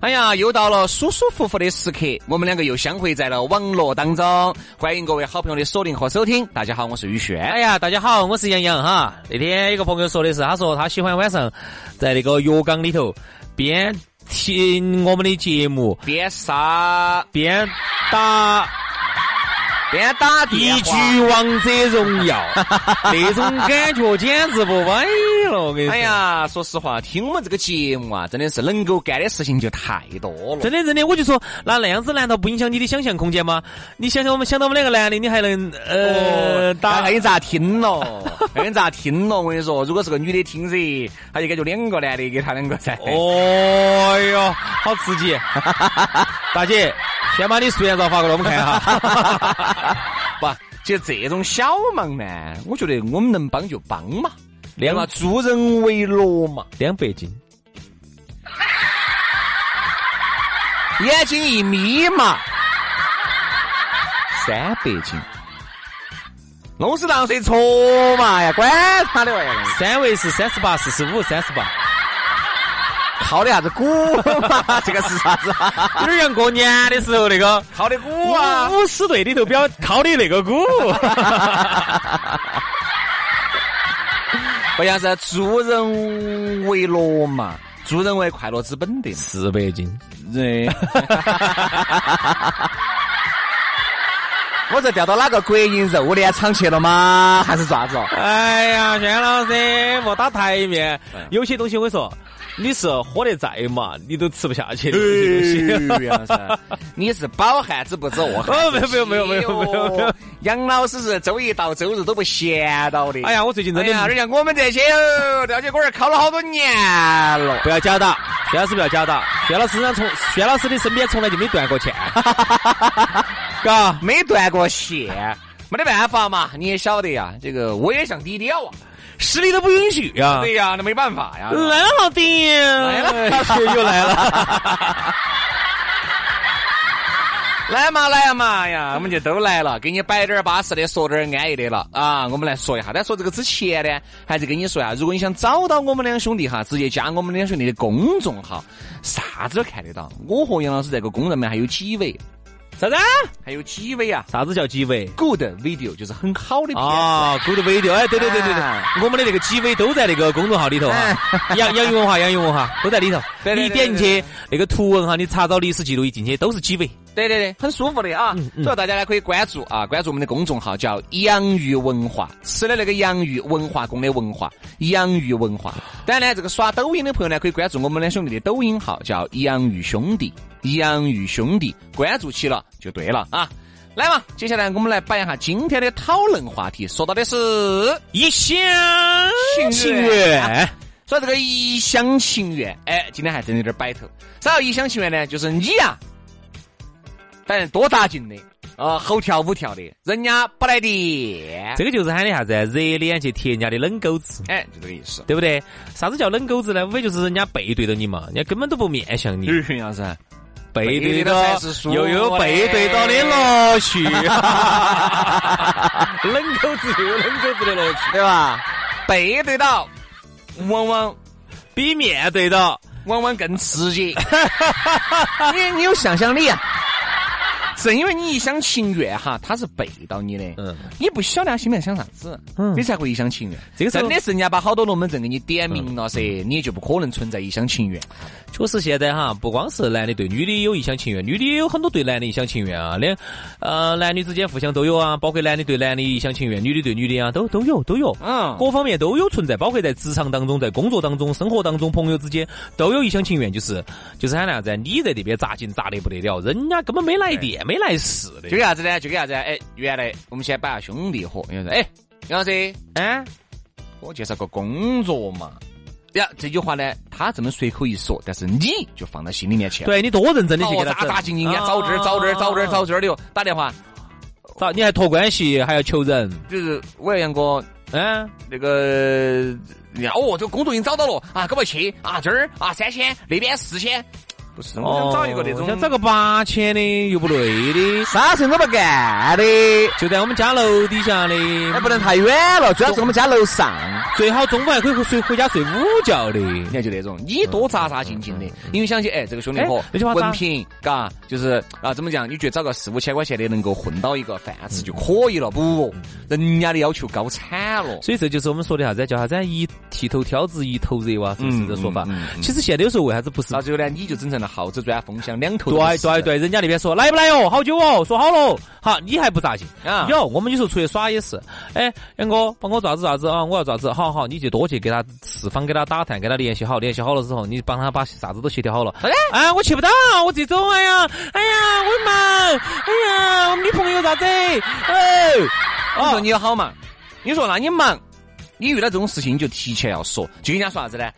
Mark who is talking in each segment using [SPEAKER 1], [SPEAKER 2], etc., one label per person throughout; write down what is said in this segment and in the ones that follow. [SPEAKER 1] 哎呀，又到了舒舒服服的时刻，我们两个又相会在了网络当中。欢迎各位好朋友的锁定和收听。大家好，我是宇轩。
[SPEAKER 2] 哎呀，大家好，我是杨洋哈。那天有个朋友说的是，他说他喜欢晚上在那个浴缸里头边听我们的节目，
[SPEAKER 1] 边杀
[SPEAKER 2] 边打
[SPEAKER 1] 边打
[SPEAKER 2] 一
[SPEAKER 1] 电
[SPEAKER 2] 局
[SPEAKER 1] 话
[SPEAKER 2] 王者 荣耀，那种感觉简直不歪了。我跟你说，
[SPEAKER 1] 哎，呀，说实话，听我们这个节目啊，真的是能够干的事情就太多了。
[SPEAKER 2] 真的真的，我就说那那样子难道不影响你的想象空间吗？你想想我们想到我们两个男的，你还能呃、
[SPEAKER 1] 那
[SPEAKER 2] 打
[SPEAKER 1] 那你咋哎听 咯？那你咋听咯？我跟你说，如果是个女的听噻，她就感觉两个男的给她两个噻。
[SPEAKER 2] 哦哟，好刺激！大姐，先把你素颜照发过来，我们看一下。
[SPEAKER 1] 不，就这种小忙呢，我觉得我们能帮就帮嘛，对
[SPEAKER 2] 两
[SPEAKER 1] 吧？助人为乐嘛，
[SPEAKER 2] 两百斤，
[SPEAKER 1] 眼睛一眯嘛，三百斤，弄死浪谁戳嘛呀？管他的玩意儿，
[SPEAKER 2] 三围是三十八、四十五、三十八，
[SPEAKER 1] 靠的啥子鼓嘛？ 这个是啥子？
[SPEAKER 2] 有点像过年的时候那个
[SPEAKER 1] 靠的鼓啊！
[SPEAKER 2] 舞狮队里头表敲的那个鼓。
[SPEAKER 1] 不像是助人为乐嘛，助人为快乐之本的嘛。
[SPEAKER 2] 四百斤，
[SPEAKER 1] 人。我这调到哪个国营肉联厂去了吗？还是咋子哦？
[SPEAKER 2] 哎呀，轩老师，莫打台面，有些东西我跟你说，你是喝得再嘛，你都吃不下
[SPEAKER 1] 哎
[SPEAKER 2] 去的哦有些东西。
[SPEAKER 1] 杨老师，你是饱汉子不知饿汉子饥哟
[SPEAKER 2] 哦没有没有没有没有没有。
[SPEAKER 1] 杨老师是周一到周日都不闲到的。
[SPEAKER 2] 哎呀，我最近真
[SPEAKER 1] 哎呀，
[SPEAKER 2] 的
[SPEAKER 1] 人家我们这些哦，吊起锅儿烤了好多年了。
[SPEAKER 2] 不要假打，薛老师不要假打，薛老师身上从薛老师的身边从来就没断过线， 嘎。
[SPEAKER 1] 没断过线，没得办法嘛，你也晓得呀，这个我也想低调啊。
[SPEAKER 2] 实力都不允许呀、
[SPEAKER 1] 对呀，那没办法呀。
[SPEAKER 2] 来了，老弟，来 了，又来了。
[SPEAKER 1] 来嘛来嘛呀，我们就都来了，给你摆点儿巴适的，说点儿安逸的了啊。我们来说一下，在说这个之前呢，还是跟你说一下，如果你想找到我们两兄弟哈，直接加我们两兄弟的公众号，啥子都看得到。我和杨老师在个公众面还有几位，
[SPEAKER 2] 啥子？
[SPEAKER 1] 还有几位啊
[SPEAKER 2] 啥子叫鸡尾？
[SPEAKER 1] ，good video 就是很好的 片子。
[SPEAKER 2] 啊，Good Video，哎，对对对对对
[SPEAKER 1] 哎，
[SPEAKER 2] 我们的那个鸡尾都在那个公众号里头 啊，洋洋芋文化、洋芋文化都在里头。
[SPEAKER 1] 对对对
[SPEAKER 2] 你点进
[SPEAKER 1] 对对
[SPEAKER 2] 去那个图文哈，你查找历史记录一进去都是鸡尾。
[SPEAKER 1] 对对对，很舒服的啊！所以大家呢可以关注啊，关注我们的公众号叫“洋芋文化”，吃的那个洋芋，文化宫的文化，洋芋文化。当然呢，这个刷抖音的朋友呢，可以关注我们两兄弟的抖音号，叫“洋芋兄弟”，洋芋兄弟，关注起了就对了啊！来嘛，接下来我们来摆一下今天的讨论话题，说到的是，
[SPEAKER 2] 一哎厢
[SPEAKER 1] 情
[SPEAKER 2] 情
[SPEAKER 1] 愿
[SPEAKER 2] 愿，
[SPEAKER 1] 说到这个一厢情愿，哎，今天还真有点摆头。啥叫一厢情愿呢？就是你呀、反正多大劲的，啊，吼跳舞跳的，人家不来电
[SPEAKER 2] 这，个就是喊的啥子？热脸去贴人家的冷狗子。
[SPEAKER 1] 哎，就这个意思。
[SPEAKER 2] 对不对？啥子叫冷狗子呢？无非就是人家背对着你嘛，人家根本都不面向你，
[SPEAKER 1] 群老师，
[SPEAKER 2] 背对
[SPEAKER 1] 嗯背对着才
[SPEAKER 2] 着
[SPEAKER 1] 是舒服
[SPEAKER 2] 又有
[SPEAKER 1] 的
[SPEAKER 2] 背对着的乐趣，
[SPEAKER 1] 哎
[SPEAKER 2] 冷狗子又有冷狗子的乐趣，
[SPEAKER 1] 对吧？背对到，往往
[SPEAKER 2] 比面对着
[SPEAKER 1] 往往更刺激。你你有想象力啊！正因为你一厢情愿哈，他是背到你的，
[SPEAKER 2] 嗯，
[SPEAKER 1] 你不晓得他心里面想啥子，
[SPEAKER 2] 嗯
[SPEAKER 1] 你才会一厢情愿。
[SPEAKER 2] 这个时候嗯
[SPEAKER 1] 真的是人家把好多龙门阵给你点明了噻，你也就不可能存在一厢情愿。
[SPEAKER 2] 确实现在哈，不光是男的对女的有一厢情愿，女的也有很多对男的一厢情愿啊，连呃男女之间互相都有啊，包括男的对男的一厢情愿，女的对女的啊，都都有都有，
[SPEAKER 1] 嗯
[SPEAKER 2] 各方面都有存在，包括在职场当中、在工作当中、生活当中、朋友之间都有一厢情愿，就是就是喊啥子啊，你在那边扎劲扎得不得了，人家根本没来电没来事的
[SPEAKER 1] 就，个啥子呢？就个啥子呢？哎，原来我们先摆下兄弟伙，有人说，哎，杨老师，啊，给我介绍个工作嘛。呀，这句话呢，他这么随口一说，但是你就放到心里面去了。
[SPEAKER 2] 对你多认真的去
[SPEAKER 1] 哦，
[SPEAKER 2] 给他哦
[SPEAKER 1] 扎
[SPEAKER 2] 整
[SPEAKER 1] 扎静静，呀，找这儿找这儿找这儿找这儿的哟，打电话
[SPEAKER 2] 咋你还托关系，还要求人，
[SPEAKER 1] 就是喂杨哥，
[SPEAKER 2] 嗯，
[SPEAKER 1] 那个呀哦，这个工作已经找到了啊，赶快去啊，这儿啊三千，那边四千，不是，我想找一个那种，
[SPEAKER 2] 想找哦个八千的又不累的。
[SPEAKER 1] 啥事我不干的，
[SPEAKER 2] 就在我们家楼底下的，
[SPEAKER 1] 哎，不能太远了，主要是我们家楼上。
[SPEAKER 2] 最好中午还可以回睡回家睡午觉的。
[SPEAKER 1] 你看就那种，你多扎扎静静的，因为想起哎，这个兄弟
[SPEAKER 2] 嗯
[SPEAKER 1] 伙
[SPEAKER 2] 哎那句话咋
[SPEAKER 1] 文凭，嘎，就是啊，怎么讲？你觉得找个四五千块钱的能够混到一个饭吃就可以了？不哦，人家的要求高惨了。
[SPEAKER 2] 所以这嗯就是我们说的啥子，叫啥子？一剃头挑子一头热哇，是不是
[SPEAKER 1] 嗯
[SPEAKER 2] 这说法
[SPEAKER 1] 嗯嗯？嗯
[SPEAKER 2] 其实现在有时候为啥子不是
[SPEAKER 1] 到？最后呢，你就整成了耗子钻风箱两头都
[SPEAKER 2] 对
[SPEAKER 1] 是
[SPEAKER 2] 对，对，人家那边说来不来哦，好久哦，说好了，好，你还不咋劲
[SPEAKER 1] 啊
[SPEAKER 2] 有，我们有时候出去耍也是，哎，杨哥帮我咋子咋子啊，我要咋子，好好，你就多去给他四方给他打探，给他联系好，联系好了之后，你帮他把啥子都协调好了。哎，啊，我去不到，我这种，哎呀，哎呀，我的妈，哎呀，我女朋友咋子？哎，
[SPEAKER 1] 你说你有好忙，你说那你忙，你遇到这种事情你就提前要说，就跟人家说啥子呢？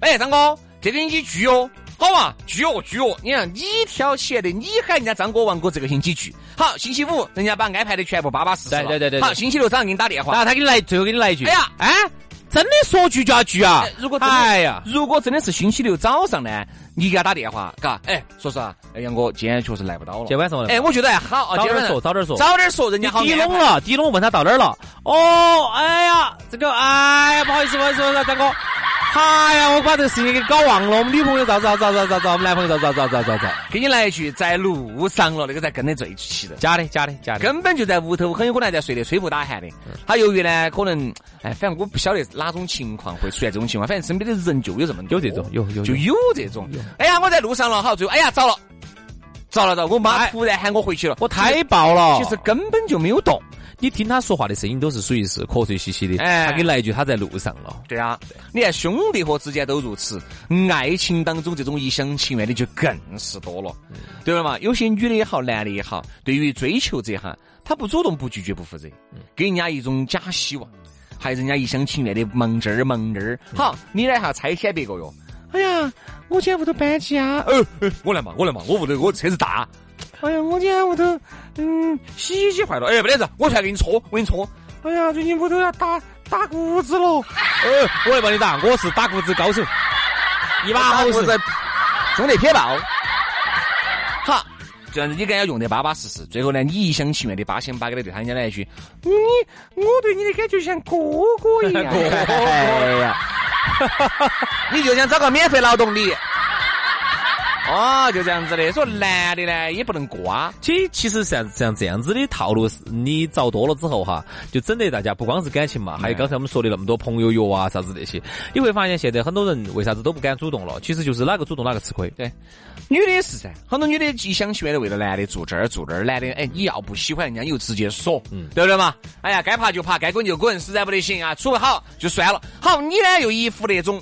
[SPEAKER 1] 哎，张哥，这个星期聚哦，好嘛，聚哦聚哦，你看你挑起来的，你喊人家张哥王哥这个星期聚，好，星期五人家把安排的全部巴巴适适了，
[SPEAKER 2] 对对对对对
[SPEAKER 1] 好，星期六早上给你打电
[SPEAKER 2] 然
[SPEAKER 1] 话，
[SPEAKER 2] 啊后他给你来，最后给你来一句，
[SPEAKER 1] 哎呀，
[SPEAKER 2] 哎，真的说聚就要聚啊
[SPEAKER 1] 哎！如果真的
[SPEAKER 2] 哎呀，
[SPEAKER 1] 如果真的是星期六早上呢，你给他打电话，嘎，哎，说实话，哎杨哥今天确实来不到
[SPEAKER 2] 今
[SPEAKER 1] 了
[SPEAKER 2] 天，晚上我来
[SPEAKER 1] 哎，我觉得还好，啊
[SPEAKER 2] 早
[SPEAKER 1] 今
[SPEAKER 2] 点
[SPEAKER 1] 天晚上
[SPEAKER 2] 说，早点说。
[SPEAKER 1] 早点说，人
[SPEAKER 2] 你
[SPEAKER 1] 家好
[SPEAKER 2] 低
[SPEAKER 1] 安
[SPEAKER 2] 拢
[SPEAKER 1] 排
[SPEAKER 2] 了，低拢问他到哪儿了？哦，哎呀，这个，哎呀，不好意思，不好意思，不好意思张哥，哎呀，我把这个事情给搞忘了。我们女朋友咋子咋子咋子咋子，我们男朋友咋子咋子咋子咋子，
[SPEAKER 1] 给你来一句在路上了，那个才跟得最齐的。
[SPEAKER 2] 假的假的假的。
[SPEAKER 1] 根本就在屋头，很有可能还在睡得吹不打鼾的。
[SPEAKER 2] 嗯
[SPEAKER 1] 他由于呢，可能哎，反正我不晓得哪种情况会出现这种情况，反正身边的人就有这么多
[SPEAKER 2] 有这种有有有
[SPEAKER 1] 就有这种。哎呀，我在路上了，好，最后哎呀糟了，糟了糟了，我妈
[SPEAKER 2] 哎
[SPEAKER 1] 突然喊我回去了，
[SPEAKER 2] 我太爆了！
[SPEAKER 1] 其实根本就没有动。
[SPEAKER 2] 你听他说话的声音都是属于是瞌睡兮兮的，
[SPEAKER 1] 哎
[SPEAKER 2] 他给你来一句他在路上了。
[SPEAKER 1] 对啊，你看兄弟伙之间都如此，爱情当中这种一厢情愿的就更是多了，对了嘛？有些女的也好，男的也好，对于追求者哈，他不主动、不拒绝、不负责，给人家一种假希望，还人家一厢情愿的忙这儿忙那儿。好，你来哈差遣别个哟。哎呀，我今天屋头搬家，呃，呃我来嘛，我来嘛，我屋头我车子大。哎呀，我今天屋头，嗯，洗衣机坏了，哎，没得事，我出来给你搓，我给你搓。哎呀，最近屋头要打打谷子了。
[SPEAKER 2] 呃，我来帮你打，我是打谷子高手，一把好手。
[SPEAKER 1] 在兄弟撇爆。好，这样子你给人家用得巴巴适适，最后呢，你一厢情愿的八仙八给的对他人家来一句，你我对你的感觉像哥 哥一样， 哎呀，你就想找个免费劳动力。哦，就这样子的。说男的呢，也不能瓜。
[SPEAKER 2] 其实其实像像这样子的套路，是你遭多了之后哈，就整得大家不光是感情
[SPEAKER 1] 嗯
[SPEAKER 2] 嘛，还有刚才我们说的那么多朋友约啊啥子那些，你会发现现在很多人为啥子都不敢主动了，其实就是哪个主动哪个吃亏。
[SPEAKER 1] 对，女的也是噻，很多女的一厢情愿的为了男的做这儿做那儿，男的哎，你要不喜欢人家，你就直接说，嗯，对不对嘛？哎呀，该爬就爬，该滚就滚，实在不得行啊，处不好就算了。好，你呢又一副那种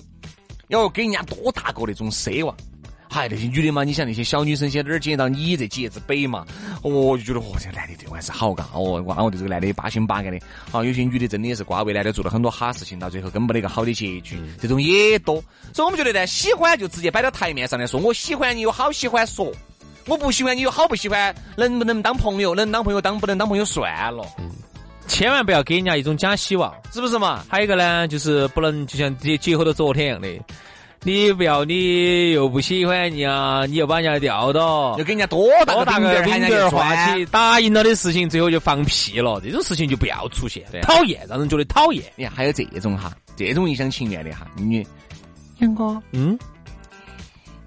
[SPEAKER 1] 要给人家多大个那种奢望。嗨，那些女的嘛，你想那些小女生些哪儿捡到你这几叶子北嘛？哦，就觉得哦，这个男的对我还是好嘎，哦，哇，我对这个男的八心八肝的。好、有些女的真的也是瓜为男的做了很多哈事情，到最后根本没得一个好的结局，
[SPEAKER 2] 嗯
[SPEAKER 1] 这种也多。所以我们觉得呢，喜欢就直接摆到台面上来说，我喜欢你有好喜欢说。我不喜欢你有好不喜欢，能不能当朋友？能当朋友当，不能当朋友算了，
[SPEAKER 2] 嗯千万不要给人家一种假希望。
[SPEAKER 1] 是不是嘛？
[SPEAKER 2] 还有一个呢，就是不能就像结结合到昨天一样的，你不要你又不喜欢人家，你又把人家调到
[SPEAKER 1] 要。给人家多大
[SPEAKER 2] 哦多
[SPEAKER 1] 个
[SPEAKER 2] 大
[SPEAKER 1] 饼
[SPEAKER 2] 个
[SPEAKER 1] 儿，喊
[SPEAKER 2] 饼
[SPEAKER 1] 人
[SPEAKER 2] 子
[SPEAKER 1] 家哎
[SPEAKER 2] 儿
[SPEAKER 1] 去
[SPEAKER 2] 话
[SPEAKER 1] 算
[SPEAKER 2] 起，答应了的事情，最后就放屁了，这种事情就不要出现，讨厌，让人觉得讨厌。
[SPEAKER 1] 你看还有这种哈，这种一厢情愿的哈，你杨哥，
[SPEAKER 2] 嗯，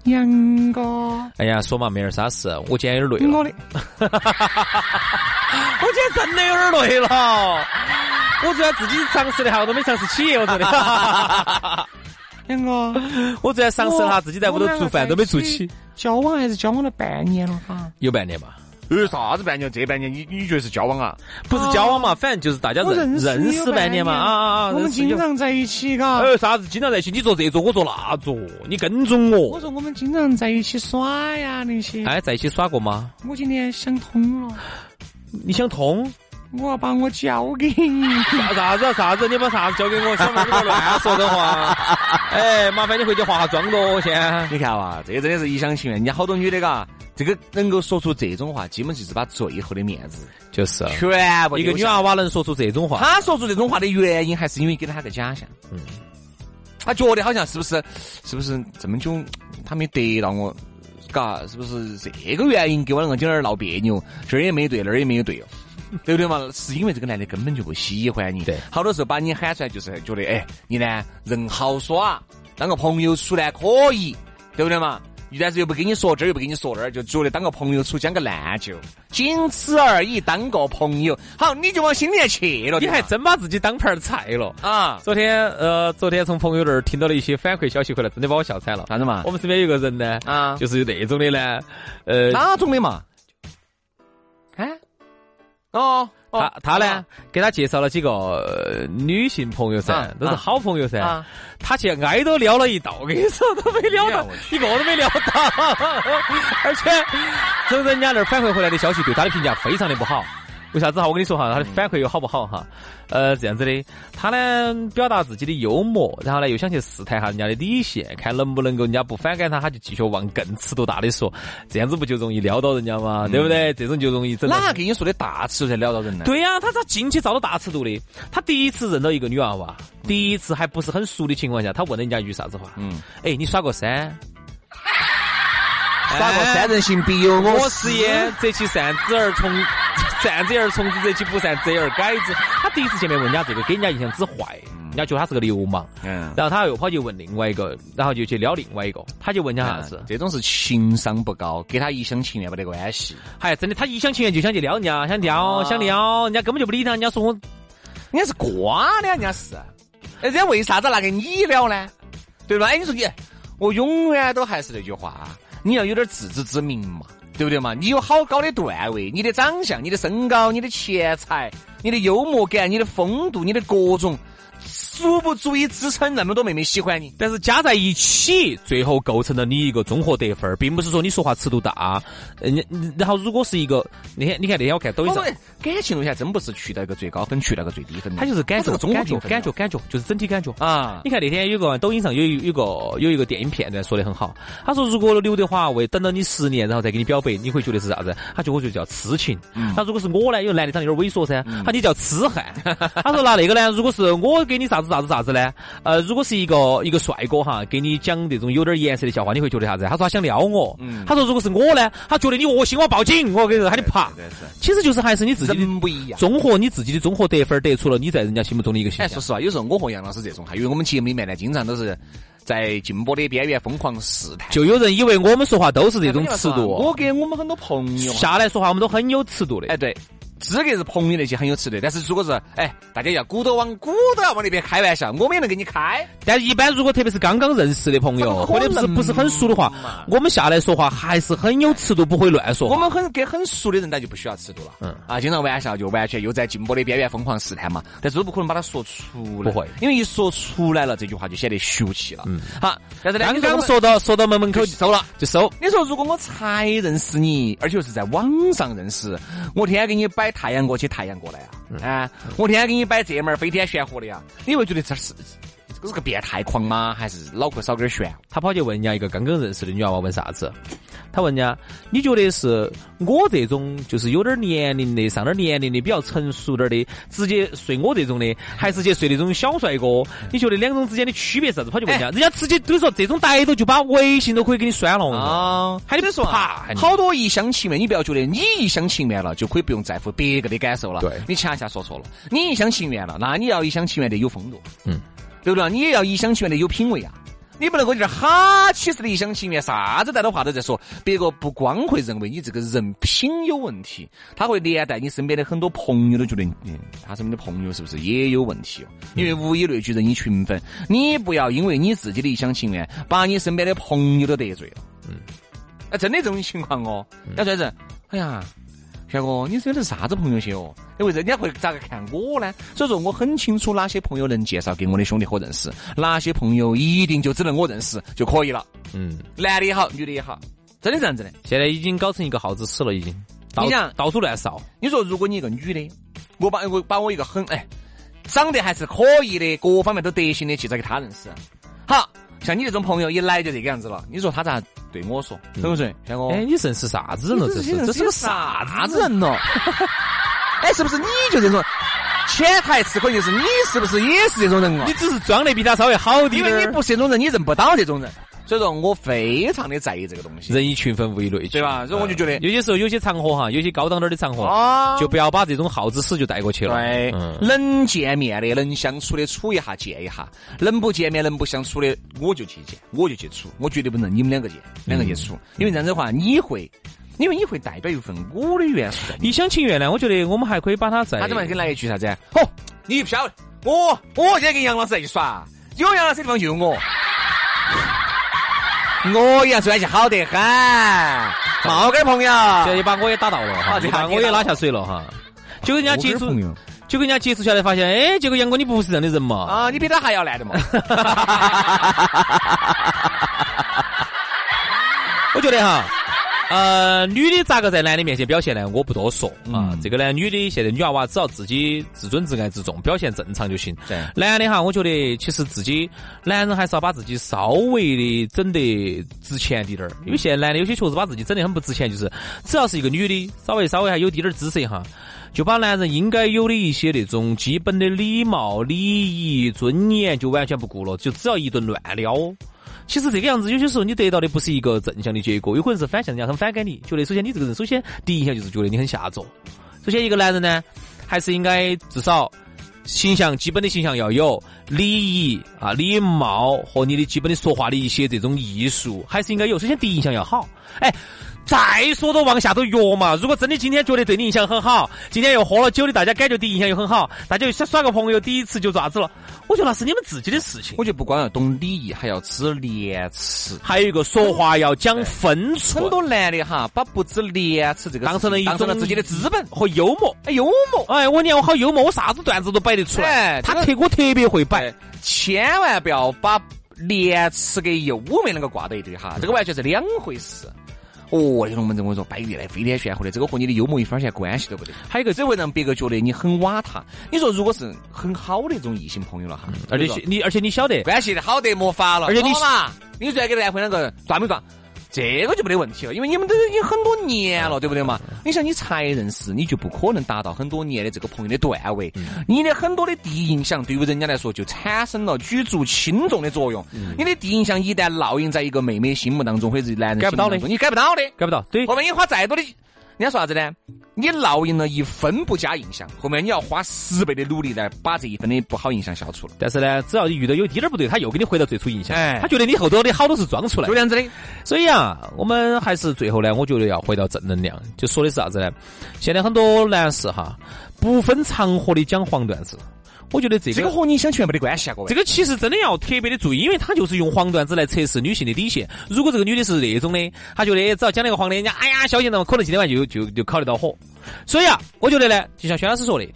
[SPEAKER 1] 杨哥，
[SPEAKER 2] 哎呀，说嘛没点啥事，我今天有点累了。
[SPEAKER 1] 我的，
[SPEAKER 2] 我今天真的有点累了，我昨天自己尝试了一下，我都没尝试起，我 真的。
[SPEAKER 1] 杨哥，
[SPEAKER 2] 我昨天尝试了下，自己在屋头
[SPEAKER 1] 我们
[SPEAKER 2] 做饭都没做起，
[SPEAKER 1] 交往还是交往了半年了哈。
[SPEAKER 2] 有半年吧。
[SPEAKER 1] 有哎啥子半年？这半年你你觉得是交往啊？
[SPEAKER 2] 不是交往嘛，反正就是大家
[SPEAKER 1] 我
[SPEAKER 2] 认
[SPEAKER 1] 认识你
[SPEAKER 2] 认
[SPEAKER 1] 有
[SPEAKER 2] 识半
[SPEAKER 1] 半
[SPEAKER 2] 年嘛，
[SPEAKER 1] 年
[SPEAKER 2] 啊啊啊！
[SPEAKER 1] 我们
[SPEAKER 2] 认识
[SPEAKER 1] 经
[SPEAKER 2] 有
[SPEAKER 1] 常在一起，嘎。
[SPEAKER 2] 哎，啥子经常在一起，你做这桌，我做那桌，你跟踪
[SPEAKER 1] 我
[SPEAKER 2] 我。
[SPEAKER 1] 说我们经常在一起耍呀那些。
[SPEAKER 2] 哎，在一起耍过吗？
[SPEAKER 1] 我今天想通了，
[SPEAKER 2] 你想通？
[SPEAKER 1] 我要把我交给你。
[SPEAKER 2] 啥啥子啊啥子？你把啥子交给我？小妹儿，你不要 乱说这话。哎，麻烦你回去化下妆咯，先。
[SPEAKER 1] 你看哇，这真的是一厢情愿。人家好多女的嘎，这个能够说出这种话，基本就是把最后的面子
[SPEAKER 2] 就是啊
[SPEAKER 1] 全部
[SPEAKER 2] 一个女娃
[SPEAKER 1] 娃。
[SPEAKER 2] 娃能说出这种话，
[SPEAKER 1] 她说出这种话的原因，还是因为给她个假象。
[SPEAKER 2] 嗯
[SPEAKER 1] 嗯，她觉得好像是不是，是不是这么久她没得到我，嘎，是不是这个原因给我两个姐儿闹别扭，这儿也没对，那儿也没有对哦。对不对嘛？是因为这个男的根本就不喜欢你，
[SPEAKER 2] 对
[SPEAKER 1] 好多时候把你喊出来就是觉得，哎，你呢人好耍，当个朋友处呢可以，对不对嘛？但是又不跟你说这儿，又不跟你说那儿，就觉得当个朋友处将个烂就，仅此而已，当个朋友，好，你就往心里面去了。
[SPEAKER 2] 你
[SPEAKER 1] 对吧
[SPEAKER 2] 还真把自己当盘儿菜了。
[SPEAKER 1] 啊？
[SPEAKER 2] 昨天呃，昨天从朋友那儿听到了一些反馈消息回来，真的把我笑惨了。
[SPEAKER 1] 啥子嘛
[SPEAKER 2] 我？们身边有个人呢，
[SPEAKER 1] 啊，
[SPEAKER 2] 就是有那种的呢，呃，
[SPEAKER 1] 哪种的嘛？哎，哦，哦
[SPEAKER 2] 他他呢，给他介绍了几个呃女性朋友噻
[SPEAKER 1] 啊，
[SPEAKER 2] 都是
[SPEAKER 1] 啊
[SPEAKER 2] 好朋友噻。
[SPEAKER 1] 啊，
[SPEAKER 2] 他去挨都撩了一道，我跟你说都没撩
[SPEAKER 1] 哎呀
[SPEAKER 2] 到
[SPEAKER 1] 我，
[SPEAKER 2] 一个都没撩到。而且从人家那儿反馈回来的消息，对他的评价非常的不好。为啥子哈？我跟你说哈，他的反馈又好不好哈？呃，这样子的，他呢表达自己的幽默，然后呢又想去试探下人家的底线，看能不能够人家不反感他，他就继续往更尺度大的说，这样子不就容易撩到人家吗？对不对？这种就容易整到。
[SPEAKER 1] 哪个跟你说的大尺度才撩到人呢？
[SPEAKER 2] 对呀、他他进去照到大尺度的。他第一次认到一个女娃娃，第一次还不是很熟的情况下，他问人家一句啥子话？
[SPEAKER 1] 嗯，
[SPEAKER 2] 哎，你耍过山？
[SPEAKER 1] 耍个三人行必有
[SPEAKER 2] 哎我
[SPEAKER 1] 我
[SPEAKER 2] 是
[SPEAKER 1] 师
[SPEAKER 2] 也，折其扇子而从， 扇子而从之，折其不善折而改之。他第一次见面问人家这个，给人家印象之坏，人家觉得他是个流氓。
[SPEAKER 1] 嗯，
[SPEAKER 2] 然后他又跑去问另外一个，然后就去撩另外一个，他就问人家啥
[SPEAKER 1] 啊
[SPEAKER 2] 子？
[SPEAKER 1] 这种是情商不高，跟他一厢情愿没得关系。
[SPEAKER 2] 哎，真的，他一厢情愿就想去撩人家，想撩
[SPEAKER 1] 啊
[SPEAKER 2] 想撩，人家根本就不理他，人家说我
[SPEAKER 1] 人家是瓜的，人家是，哎人家为啥子拿给你撩呢？对吧？哎，你说你，我永远都还是那句话，啊你要有点自知之明嘛，对不对嘛？你有好高的段位，你的长相、你的身高、你的钱财、你的幽默感、你的风度、你的各种，足不足以支撑那么多妹妹喜欢你？
[SPEAKER 2] 但是加在一起，最后构成了你一个综合得分儿，并不是说你说话尺度大。人家，然后如果是一个那天，你看那天我看抖音
[SPEAKER 1] 我
[SPEAKER 2] 上，
[SPEAKER 1] 们感情路线真不是去到一个最高分，去到一个最低分的，
[SPEAKER 2] 他就是感觉，
[SPEAKER 1] 它是个综合
[SPEAKER 2] 感觉，
[SPEAKER 1] 评分
[SPEAKER 2] 感觉，感觉，就是整体感觉。
[SPEAKER 1] 啊。
[SPEAKER 2] 你看那天有个抖音上有一有一个有一个电影片段说的很好，他说如果刘德华为等到你十年，然后再给你表白，你会觉得是啥子？他觉得我觉得叫痴情。
[SPEAKER 1] 嗯
[SPEAKER 2] 他如果是我呢，有男的长得有点猥琐�噻，他你叫痴汉。他说那那个呢，如果是我给你啥子啥子啥子呢？呃，如果是一个一个帅哥哈，给你讲这种有点颜色的笑话，你会觉得啥子？他说他想撩我。
[SPEAKER 1] 嗯
[SPEAKER 2] 他说如果是我呢，他觉得你恶心，我要报警，我跟你说，他就爬。
[SPEAKER 1] 对是
[SPEAKER 2] 其实就是还是你自己的
[SPEAKER 1] 人不一样。
[SPEAKER 2] 综合你自己的综合得分，得出了你在人家心目中的一个形
[SPEAKER 1] 哎，
[SPEAKER 2] 象
[SPEAKER 1] 说。实话，有时候我和杨老师这种哈，因为我们节目里面呢，经常都是在禁播的边缘疯狂试探，
[SPEAKER 2] 就有人以为我们说话都是这种尺度，哦
[SPEAKER 1] 我给我们很多朋友，
[SPEAKER 2] 下来说话我们都很有尺度的。
[SPEAKER 1] 哎，对，资格是朋友那些很有尺度，但是如果是哎，大家要鼓都往鼓都要往那边开玩笑，我们也能给你开。
[SPEAKER 2] 但一般如果特别是刚刚认识的朋友，
[SPEAKER 1] 怎
[SPEAKER 2] 或
[SPEAKER 1] 么可
[SPEAKER 2] 者
[SPEAKER 1] 能
[SPEAKER 2] 不是不是很熟的话
[SPEAKER 1] 嘛，
[SPEAKER 2] 我们下来说话还是很有尺度，不会乱说
[SPEAKER 1] 我
[SPEAKER 2] 话。
[SPEAKER 1] 们很跟很熟的人，那就不需要尺度了。
[SPEAKER 2] 嗯
[SPEAKER 1] 嗯啊，经常玩笑就完全又在禁播的边缘疯狂试探嘛，但是都不可能把它说出
[SPEAKER 2] 不
[SPEAKER 1] 来，
[SPEAKER 2] 会
[SPEAKER 1] 因为一说出来了，这句话就显得俗气了。嗯，好，但是呢
[SPEAKER 2] 刚
[SPEAKER 1] 你我
[SPEAKER 2] 刚
[SPEAKER 1] 们
[SPEAKER 2] 说到说到门门口
[SPEAKER 1] 就收了。
[SPEAKER 2] 就收，
[SPEAKER 1] 你说如果我才认识你，而且又是在网上认识，我天天给你摆太阳过去太阳过来啊，啊，我天天给你摆这门儿飞天悬火的呀，你会觉得这是这个是个变态狂吗？还是脑壳少根弦？
[SPEAKER 2] 他跑去问人家一个刚刚认识的女娃娃问啥子，他问人家你觉得是我这种就是有点年龄的上点年龄的比较成熟点的，直接睡我这种的，还是去睡那种小帅哥？你觉得两种之间的区别是啥
[SPEAKER 1] 哎
[SPEAKER 2] 子？跑去问人家，人家直接比如说这种逮到就把微信都可以给你删了我跟你说。
[SPEAKER 1] 啊，
[SPEAKER 2] 还得
[SPEAKER 1] 说
[SPEAKER 2] 怕
[SPEAKER 1] 啊
[SPEAKER 2] 还，得
[SPEAKER 1] 好多一厢情愿，你不要觉得你一厢情愿了就可以不用在乎别个的感受了。
[SPEAKER 2] 对
[SPEAKER 1] 你恰恰说错了，你一厢情愿了，那你要一厢情愿的有风度，
[SPEAKER 2] 嗯
[SPEAKER 1] 嗯，对不对？你也要一厢情愿的有品味啊。你不能够在这儿哈起似的一厢情愿，啥子带的话都在说，别个不光会认为你这个人品有问题，他会连带你身边的很多朋友都觉得，嗯，他身边的朋友是不是也有问题哦？
[SPEAKER 2] 嗯
[SPEAKER 1] 因为物以类聚，人以群分，你不要因为你自己的一厢情愿，把你身边的朋友都得罪了。嗯，哎，真的这种情况哦，要说是，哎呀。轩哥，你这的是啥子朋友些哦？因为人家会咋个看我呢？所以说我很清楚哪些朋友能介绍给我的兄弟伙认识，哪些朋友一定就只能我认识就可以了。
[SPEAKER 2] 嗯，
[SPEAKER 1] 男的也好，女的也好，真的这样子的。
[SPEAKER 2] 现在已经搞成一个耗子屎了，已经到
[SPEAKER 1] 你想
[SPEAKER 2] 到处乱烧。
[SPEAKER 1] 你说，如果你一个女的，我把我把我一个很哎，长得还是可以的，各方面都得行的介绍给他认识，好像你这种朋友一来就这个样子了，你说他咋对我说？对不对，轩哥？
[SPEAKER 2] 哎，你认识啥子人了？这是这是个啥子人哦了？
[SPEAKER 1] 哎，是不是你就这种？潜台词可能就是你是不是也是这种人啊
[SPEAKER 2] 你？只是装的比他稍微好
[SPEAKER 1] 因
[SPEAKER 2] 点
[SPEAKER 1] 为你
[SPEAKER 2] 儿。
[SPEAKER 1] 不是这种人，你认不到这种人。所以说我非常的在意这个东西，
[SPEAKER 2] 人以群分，物以类聚，
[SPEAKER 1] 对吧？所以我就觉得，
[SPEAKER 2] 有些时候有些场合哈，嗯有些高档点儿的场合，
[SPEAKER 1] 啊
[SPEAKER 2] 就不要把这种耗子屎就带过去了。
[SPEAKER 1] 对，
[SPEAKER 2] 嗯
[SPEAKER 1] 能见面的，能相处的处一下见一下；能不见面、能不相处的，我就去见，我就去处，我绝对不能你们两个见，两个去
[SPEAKER 2] 嗯
[SPEAKER 1] 处，因为这样子的话，你会，因为你会代表一份我的元素在里面。
[SPEAKER 2] 一厢情愿呢，我觉得我们还可以把它再
[SPEAKER 1] 他怎么还给你来一句啥子？哦，你不晓得，我我今天跟杨老师在一起耍，有杨老师的地方就有我，我杨专辑好得很，毛根儿朋友。
[SPEAKER 2] 现在也把我也打到了哈，
[SPEAKER 1] 啊
[SPEAKER 2] 就
[SPEAKER 1] 这
[SPEAKER 2] 把
[SPEAKER 1] 下
[SPEAKER 2] 我也拉下水了哈。就跟人家接触，就跟人家接触下来，发现，哎，结果杨哥你不是这样的人嘛？
[SPEAKER 1] 啊，你比他还要烂的嘛？
[SPEAKER 2] 我觉得哈，呃，女的咋个在男的面前表现呢？我不多说啊。这个呢，女的现在女娃娃只要自己自尊、自爱、自重，表现正常就行。
[SPEAKER 1] 对
[SPEAKER 2] 男的哈，我觉得其实自己男人还是要把自己稍微的整得值钱滴点儿，因为现在男的有些确实把自己整得很不值钱，就是只要是一个女的，稍微稍微还有滴点儿姿色哈，就把男人应该有的一些那种基本的礼貌、礼仪、尊严就完全不顾了，就只要一顿乱撩。其实这个样子，有些时候你得到的不是一个正向的结果，有可能是反向，人家很反感你，觉得首先你这个人，首先第一印象就是觉得你很下作。首先，一个男人呢，还是应该至少形象基本的形象要有礼仪啊、礼貌和你的基本的说话的一些这种艺术，还是应该有。首先第一印象要好，哎。再说都往下头约嘛。如果真的今天觉得对你印象很好，今天又喝了酒的，大家感觉第一印象又很好，大家又想耍个朋友，第一次就咋子了？我觉得那是你们自己的事情。
[SPEAKER 1] 我就不光要懂礼仪，还要知廉耻。
[SPEAKER 2] 还有一个说话要讲分寸
[SPEAKER 1] 很，多男的哈，把不知廉耻这个
[SPEAKER 2] 当成了一
[SPEAKER 1] 当成了
[SPEAKER 2] 种
[SPEAKER 1] 自己的资本。
[SPEAKER 2] 和幽默。
[SPEAKER 1] 哎，幽默，
[SPEAKER 2] 哎，我你看我好幽默，我啥子段子都摆得出来。
[SPEAKER 1] 哎
[SPEAKER 2] 他
[SPEAKER 1] 这个
[SPEAKER 2] 特我特别会摆
[SPEAKER 1] 哎，千万不要把廉耻跟幽默两个挂到一堆哈，这个完全是两回事。哦，那龙门阵我跟你说，摆越来飞天玄乎的，这个和你的幽默一分钱关系都不得。还有一个，只会让别个觉得你很瓦塔。你说，如果是很好的这种异性朋友了哈，
[SPEAKER 2] 而
[SPEAKER 1] 比如
[SPEAKER 2] 且
[SPEAKER 1] 说
[SPEAKER 2] 你而且你晓得，
[SPEAKER 1] 关系好得没法了，
[SPEAKER 2] 而且你
[SPEAKER 1] 好嘛，你说给男朋友两个撞没撞？这个就没得问题了，因为你们都已经很多年
[SPEAKER 2] 嗯
[SPEAKER 1] 了，对不对嘛？你想，你才认识，你就不可能达到很多年的这个朋友的段位。
[SPEAKER 2] 嗯
[SPEAKER 1] 你的很多的第一印象，对于人家来说，就产生了举足轻重的作用。
[SPEAKER 2] 嗯
[SPEAKER 1] 你的第一印象一旦烙印在一个妹妹心目当中，或者是男人
[SPEAKER 2] 改不到的
[SPEAKER 1] 心目当中你改不到的。
[SPEAKER 2] 改不到。对
[SPEAKER 1] 后，面你花再多的，人家说啥子呢？你烙印了一分不加印象，后面你要花十倍的努力来把这一分的不好印象消除了。
[SPEAKER 2] 但是呢，只要你遇到有滴点儿不对，他又给你回到最初印象。
[SPEAKER 1] 哎
[SPEAKER 2] 他觉得你后头的好多是装出来
[SPEAKER 1] 就
[SPEAKER 2] 的。
[SPEAKER 1] 这样子的。
[SPEAKER 2] 所以啊，我们还是最后呢，我觉得要回到正能量，就说的是啥子呢？现在很多男士哈，不分场合的讲黄段子，我觉得这
[SPEAKER 1] 这个
[SPEAKER 2] 个。
[SPEAKER 1] 和你想全没得关系啊，各位。
[SPEAKER 2] 这个其实真的要特别的注意，因为他就是用黄段子来测试女性的底线。如果这个女的是那种的，她觉得只要讲那个黄的，人家哎呀小心了，可能今天晚上就就就考虑到火。所以啊，我觉得呢，就像薛老师说的，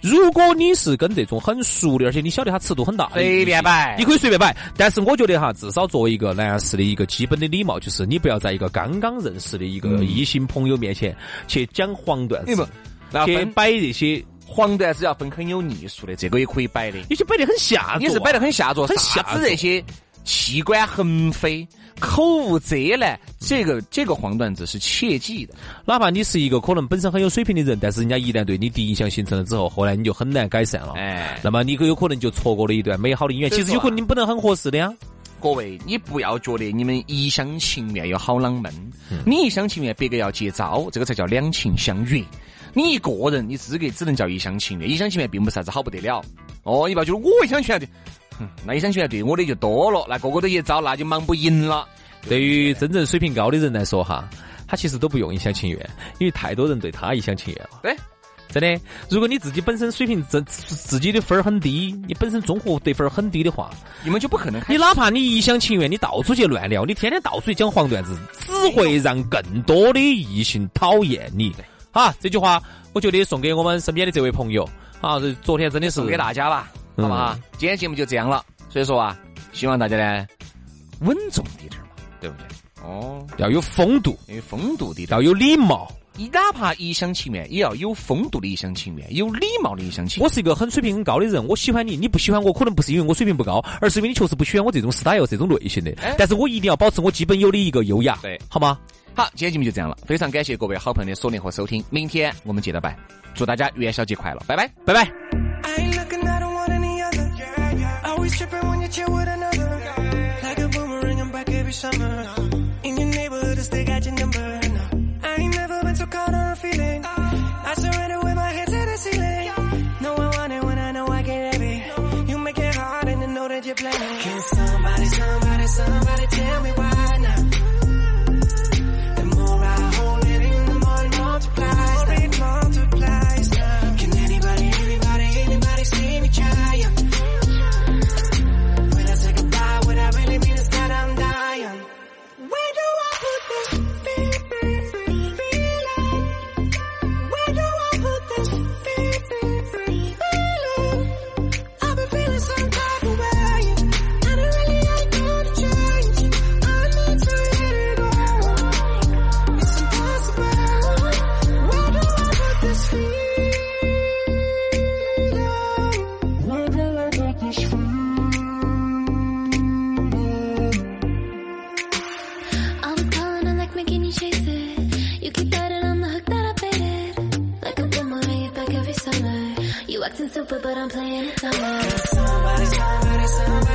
[SPEAKER 2] 如果你是跟这种很熟的，而且你晓得他尺度很大的，
[SPEAKER 1] 随便哎摆
[SPEAKER 2] 你可以随便摆。但是我觉得哈，至少作为一个男士的一个基本的礼貌，就是你不要在一个刚刚认识的一个异性朋友面前去讲黄段
[SPEAKER 1] 你
[SPEAKER 2] 子
[SPEAKER 1] 嗯哎不，那
[SPEAKER 2] 去
[SPEAKER 1] 分
[SPEAKER 2] 摆这些，
[SPEAKER 1] 黄段子要分很有艺术的，这个也可以摆的。
[SPEAKER 2] 有些摆得很下作啊，
[SPEAKER 1] 你是摆得很下作，
[SPEAKER 2] 很
[SPEAKER 1] 啥
[SPEAKER 2] 下作
[SPEAKER 1] 子这些器官横飞、口无遮拦，这个这个黄段子是切记的。
[SPEAKER 2] 哪怕你是一个可能本身很有水平的人，但是人家一旦对你第一印象形成了之后，后来你就很难改善了。
[SPEAKER 1] 哎，
[SPEAKER 2] 那么你有可能就错过了一段美好的姻缘。
[SPEAKER 1] 所以
[SPEAKER 2] 其
[SPEAKER 1] 说啊
[SPEAKER 2] 实有可能你们本来很合适的呀。
[SPEAKER 1] 各位，你不要觉得你们一厢情愿有好啷们，你一厢情愿，别个要接招，这个才叫两情相悦。你一个人，你资格只能叫一厢情愿，一厢情愿并不是啥子好不得了。哦，你不要觉得我一厢情愿的，那医生圈对我的就多了，那个个都一招，那就忙不赢了。
[SPEAKER 2] 对于真正水平高的人来说哈，他其实都不用一厢情愿，因为太多人对他一厢情愿了。
[SPEAKER 1] 对，
[SPEAKER 2] 真的，如果你自己本身水平自自己的分儿很低，你本身综合得分儿很低的话，
[SPEAKER 1] 你们就不可能开
[SPEAKER 2] 你哪怕你一厢情愿，你到处去乱聊，你天天到处去讲黄段子，只会让更多的异性讨厌你。哈，这句话我觉得送给我们身边的这位朋友啊，这昨天真的是
[SPEAKER 1] 送给大家吧，
[SPEAKER 2] 嗯
[SPEAKER 1] 好不好？今天节目就这样了，所以说啊，希望大家呢稳重一点嘛，对不对？哦，
[SPEAKER 2] 要有风度，
[SPEAKER 1] 因为风度的，
[SPEAKER 2] 要有礼貌。
[SPEAKER 1] 你哪怕一厢情愿，也要有风度的一厢情愿，有礼貌的一厢情愿。
[SPEAKER 2] 我是一个很水平很高的人，我喜欢你，你不喜欢我，可能不是因为我水平不高，而是因为你确实不喜欢我这种 style 这种类型的
[SPEAKER 1] 哎。
[SPEAKER 2] 但是我一定要保持我基本有的一个优雅，
[SPEAKER 1] 对
[SPEAKER 2] 好吗？
[SPEAKER 1] 好，今天节目就这样了，非常感谢各位好朋友的锁定和收听，明天我们接着拜，祝大家元宵节快乐，拜拜。
[SPEAKER 2] 拜拜。
[SPEAKER 3] I ain't looking, I don't want any other. Always tripping when you chill with another. Like a boomerang, I'm back every summer. In your neighborhood, I still got your number. And I ain't never been so caught on a feeling. I surrender with my hands to the ceiling. No, I want it when I know I can't have it. You make it hard and I know that you're playing. Can somebody, somebody, somebody tell me why now? The more I hold it in, the more it multiplies. It multiplies now. Can anybody, anybody, anybody see me trying? When I say goodbye, what I really mean is that I'm dying. Where do I put this feel- feel- feel- feeling? Where do I put this feel- feel- feel- feeling? I've been feeling some type of way, and I really ain't gonna change. I need to let it go. It's impossible. Where do I put this feeling? Where do I put this feeling?
[SPEAKER 4] All the calling, I like making you chase it. You keep biting on the hook that I baited. Like a boomerang, you back every summer. You acting stupid, but I'm playing it dumber.
[SPEAKER 3] Somebody, somebody, somebody.